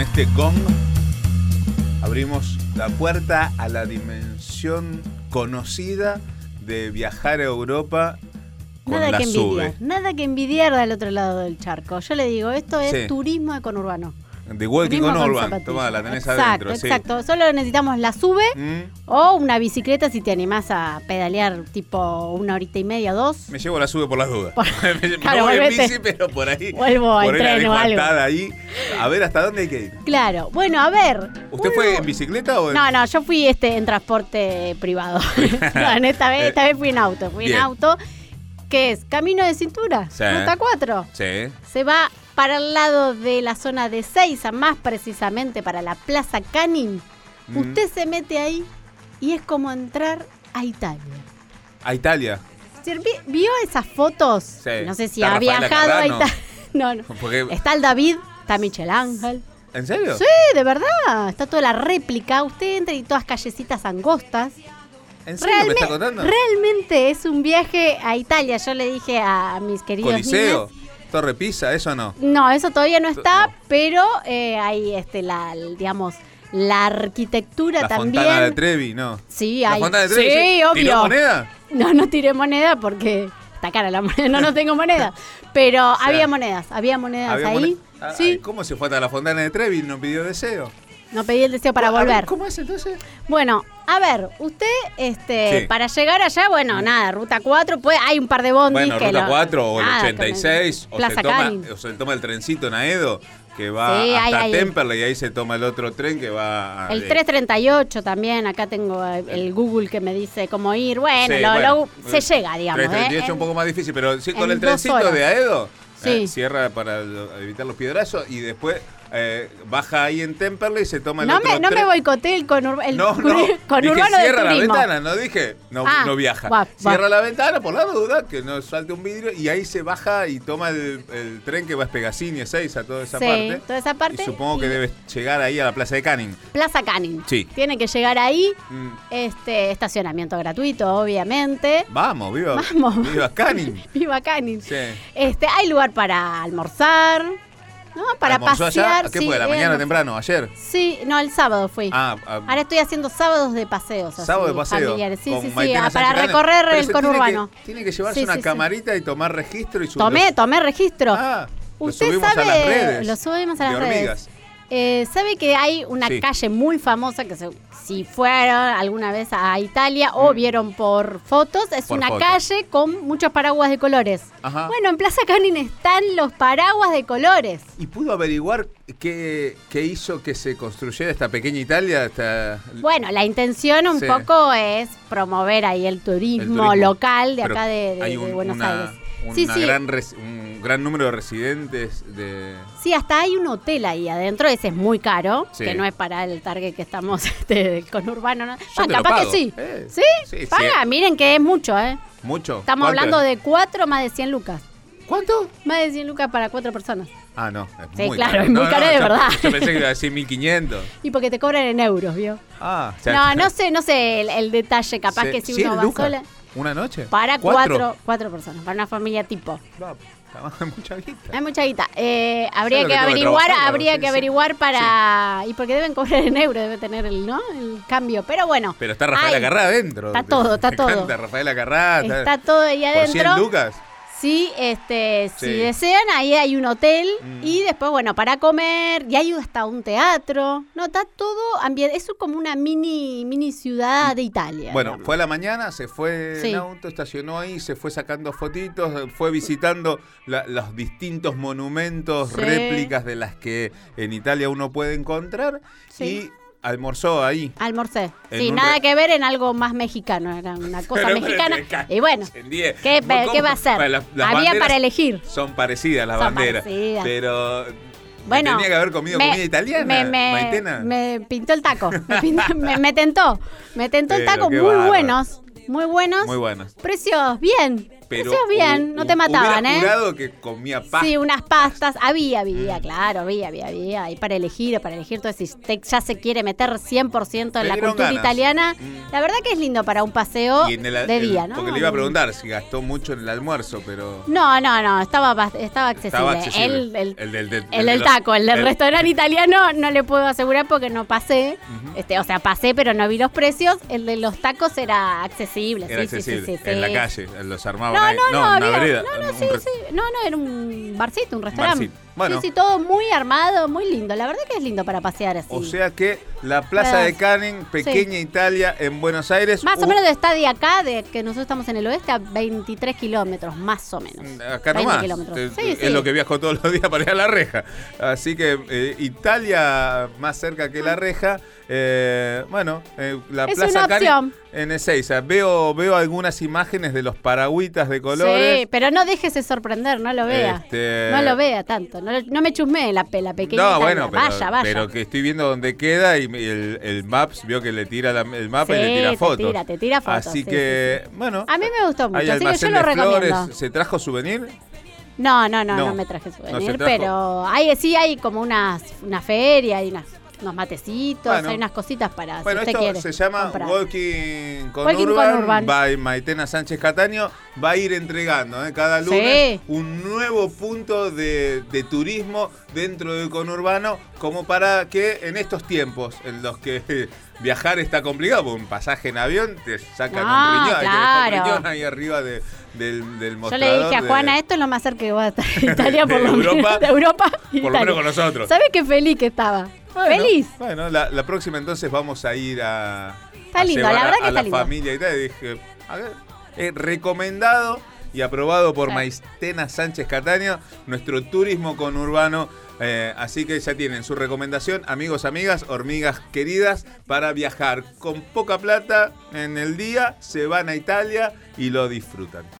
este gong abrimos la puerta a la dimensión conocida de viajar a Europa con Nada la que envidiar, SUBE. nada que envidiar del otro lado del charco. Yo le digo, esto es Sí. turismo conurbano. De Walking turismo on Urban. zapatillas. Toma, la tenés exacto, adentro. sí. Exacto, solo necesitamos la sube Mm, o una bicicleta si te animás a pedalear tipo una horita y media, dos. me llevo la SUBE por las dudas. me Claro, voy en volvete. bici, pero por ahí. Vuelvo a por ahí la tren dejo o algo. atada ahí. A ver hasta dónde hay que ir. Claro, bueno, a ver. ¿Usted uno- fue en bicicleta o en.? No, no, yo fui este en transporte privado. no, en esta vez, esta vez fui en auto, fui Bien. en auto. que es? Camino de cintura, Sí. ruta 4. Sí. Se va para el lado de la zona de Seiza, más precisamente para la Plaza Canin. Mm. Usted se mete ahí y es como entrar a Italia. A Italia. Si vi- ¿Vio esas fotos? Sí. No sé si Está ha Rafaela viajado a Carrano. Italia. No, no. Porque- Está el David, está Michel Ángel. ¿En serio? Sí, de verdad. Está toda la réplica. Usted entra y todas callecitas angostas. ¿En serio me está contando? realmente es un viaje a Italia. Yo le dije a mis queridos Coliseo, niños. Torre Pisa, eso no. No, eso todavía no está, No. pero eh, hay este la, digamos, la arquitectura La también. Fontana de Trevi, no. Sí, la hay- Fontana de Trevi. sí, obvio. ¿Tiró moneda? No, no tiré moneda porque está cara la moneda, no, no tengo moneda. Pero había monedas, había monedas Había ahí. mone- Ah, sí, ay, ¿Cómo se fue hasta la Fontana de Trevi? No pidió deseo. no pedí el deseo para A ver, volver. ¿Cómo es entonces? Bueno, a ver, usted, este, Sí. Mm. para llegar allá, bueno, nada, ruta 4, pues hay un par de bondis bueno, que Ruta lo- 4 o el nada, que me- 86, o se, Ah, Plaza toma, Canin. o se toma el trencito Naedo, que va Sí, ahí, hasta ahí. Temperley, y ahí se toma el otro tren que va... a- El eh, 338 también, acá tengo eh, el Google que me dice cómo ir. Bueno, sí, lo- bueno, lo- se llega, digamos. ¿eh? 338 es un En- poco más difícil, pero sí, con en el dos trencito horas. de Aedo, eh, Sí. cierra para lo- evitar los piedrazos y después eh, baja ahí en Temperley y se toma el no otro me, no me tren. boicoteé el, conur- el no, no. curi- Dije, conurbano de cierra la turismo. ventana, no dije, no, Ah, no viaja. va, va. Cierra la ventana por la duda, que no salte un vidrio y ahí se baja y toma el, el tren que va a Espegacini, a Seiza, toda esa Sí, parte. toda esa parte Y supongo que y- debes llegar ahí a la Plaza de Canning. Plaza Canin. Sí. Tiene que llegar ahí. Mm, Este, estacionamiento gratuito, obviamente. Vamos, viva, Vamos. viva Canning. Viva Canin. Sí. Este, hay lugar para almorzar, ¿no? Para ¿Almorzó allá? pasear. ¿A qué sí, fue? ¿A ¿La eh, mañana almor- temprano? ¿Ayer? Sí, no, el sábado fui. Ah, ah, Ahora estoy haciendo sábados de paseos. así, Sábado de paseo. Familiares. Sí, con sí, sí, Maitena ah, para Sánchez Cana. recorrer Pero el se tiene conurbano. que- Tiene que llevarse Sí, una sí, sí. camarita y tomar registro y subir. Tomé, tomé registro. Ah, lo Usted subimos sabe, a las redes. lo subimos a de las redes. hormigas. Eh, sabe que hay una Sí. calle muy famosa que se- si fueron alguna vez a Italia o vieron por fotos, es Mm. Por una fotos. calle con muchos paraguas de colores. Ajá. Bueno, en Plaza Canin están los paraguas de colores. ¿Y pudo averiguar qué, qué hizo que se construyera esta pequeña Italia? Esta... Bueno, la intención un Sí. poco es promover ahí el turismo, El turismo. local de Pero acá de, de- hay de un- Buenos una- Aires. una sí, sí, gran res- un gran número de residentes de... sí, hasta hay un hotel ahí adentro, ese es muy caro, Sí. que no es para el target que estamos este, del conurbano. ¿no? Yo Ah, te lo capaz pago, que sí. eh. sí. Sí, paga, sí. miren que es mucho, ¿eh? Mucho. Estamos ¿Cuánto hablando es? de cuatro más de 100 lucas. ¿Cuánto? Más de 100 lucas para cuatro personas. Ah, no. Es Sí, muy claro, caro. es muy caro de yo- verdad. Yo pensé que iba a decir 1500. Y porque te cobran en euros, ¿vio? Ah, o sea, No, no sé, no sé el, el detalle, capaz se- que si 100 uno va lucas, sola. ¿Una noche? Para cuatro, cuatro personas, para una familia tipo. No, está más- mucha guita. Hay mucha guita. Eh, habría lo que, que tengo que averiguar, trabajar, habría sí, que sí. averiguar para. Y porque deben cobrar en euros, debe tener el, ¿no? el cambio. Pero bueno. Pero está Rafaela Ay, Carrá adentro. Está todo, está Me todo. encanta Rafaela Carrá. Está todo ahí Por 100 adentro. lucas. Sí, este, si Sí. desean, ahí hay un hotel Mm. y después, bueno, para comer, y hay hasta un teatro. No, está todo ambiente, es como una mini, mini ciudad de Italia. Bueno, digamos. fue a la mañana, se fue Sí. en auto, estacionó ahí, se fue sacando fotitos, eh, fue visitando la- los distintos monumentos, Sí. réplicas de las que en Italia uno puede encontrar Sí. y almorzó ahí. Almorcé. En sí, un nada re- que ver en algo más mexicano, era una cosa Pero, mexicana. pero, pero, Y bueno, en diez. ¿qué, ¿Cómo? qué va a ser? Bueno, las- las Había banderas para elegir. Son parecidas las Son banderas. parecidas. Pero Bueno, tenía que haber comido me- comida italiana, Me, me- Maitena. me pintó el taco. Me, pintó- me- me tentó. Me tentó el Pero taco. qué Muy bárbaro. buenos. Muy buenos. Muy buenas. Precios bien. Pero Hacías bien, hu- no te hu- mataban, hubiera ¿eh? jurado que comía pasta. Mm. Sí, unas pastas. Había, había, claro, había, había, había. Ahí para elegir, para elegir todo. Si usted ya se quiere meter 100% Me en la dieron cultura ganas. italiana, Mm. la verdad que es lindo para un paseo Y en el- de el- día, ¿no? Porque le iba a preguntar si gastó mucho en el almuerzo, pero. No, no, no, estaba, bast- estaba accesible. Estaba accesible. El, el- El del, del- el de del los- taco, el del restaurante italiano, no le puedo asegurar porque no pasé. Ujú. este, o sea, pasé, pero no vi los precios. El de los tacos era accesible. Era sí, sí, sí, accesible. sí, sí. En la calle, los armaban No, ahí. no, no, en la había- vereda. no, no, un sí, re- sí. No, no, era un barcito, un restaurante. barcito. Bueno. Sí, sí, todo muy armado, muy lindo. La verdad que es lindo para pasear así. O sea que la plaza Plaza. de Canning, pequeña Italia, en Buenos Aires. más u- o menos de está de acá, de que nosotros estamos en el oeste, a 23 kilómetros, más o menos. Mm, Acá 20 nomás. kilómetros. Eh, Sí, es sí. lo que viajo todos los días para ir a la reja. Así que eh, Italia más cerca que la reja. eh, bueno, eh, la Es Plaza una Canning opción. en Ezeiza. Veo, veo algunas imágenes de los paragüitas de colores. Sí, pero no déjese sorprender, no lo vea. Este- No lo vea tanto. No, no me chusme la, pe- la pequeña. No, Italia. bueno, pero, vaya, vaya. pero que estoy viendo dónde queda y me- el, el Maps, vio que le tira la- el mapa y Sí, le tira te fotos. tira, te tira fotos, Así sí, que, bueno. A mí me gustó mucho, hay así que yo almacén lo de flores. recomiendo. ¿Se trajo souvenir? No, no, no, No. no, me traje No souvenir, se trajo. pero hay, sí hay como unas, una feria, hay unas, unos matecitos, Bueno. hay unas cositas para Bueno, si usted esto quiere se llama comprar. Walking con Walking con Urban, Urban. by Maitena Sánchez Cataño. Va a ir entregando ¿eh? cada Sí. lunes un nuevo punto de, de turismo dentro del conurbano, como para que en estos tiempos en los que eh, viajar está complicado, porque un pasaje en avión te sacan No, un riñón, hay que dejar un Ah, claro. riñón ahí arriba de- del, del Yo mostrador. le dije a de- Juana, esto es lo más cerca que voy a estar de Italia, de por lo Europa, menos, de Europa y por lo Italia. menos con nosotros. ¿Sabes qué feliz que estaba? Bueno, ¡Feliz! Bueno, la, la próxima entonces vamos a ir a. Está a lindo, llevar la a- verdad que a está lindo. familia y tal. Y dije, a ver, eh, recomendado y aprobado por Sí. Maistena Sánchez Cataño, nuestro turismo conurbano. Eh, así que ya tienen su recomendación, amigos, amigas, hormigas queridas, para viajar con poca plata en el día, se van a Italia y lo disfrutan.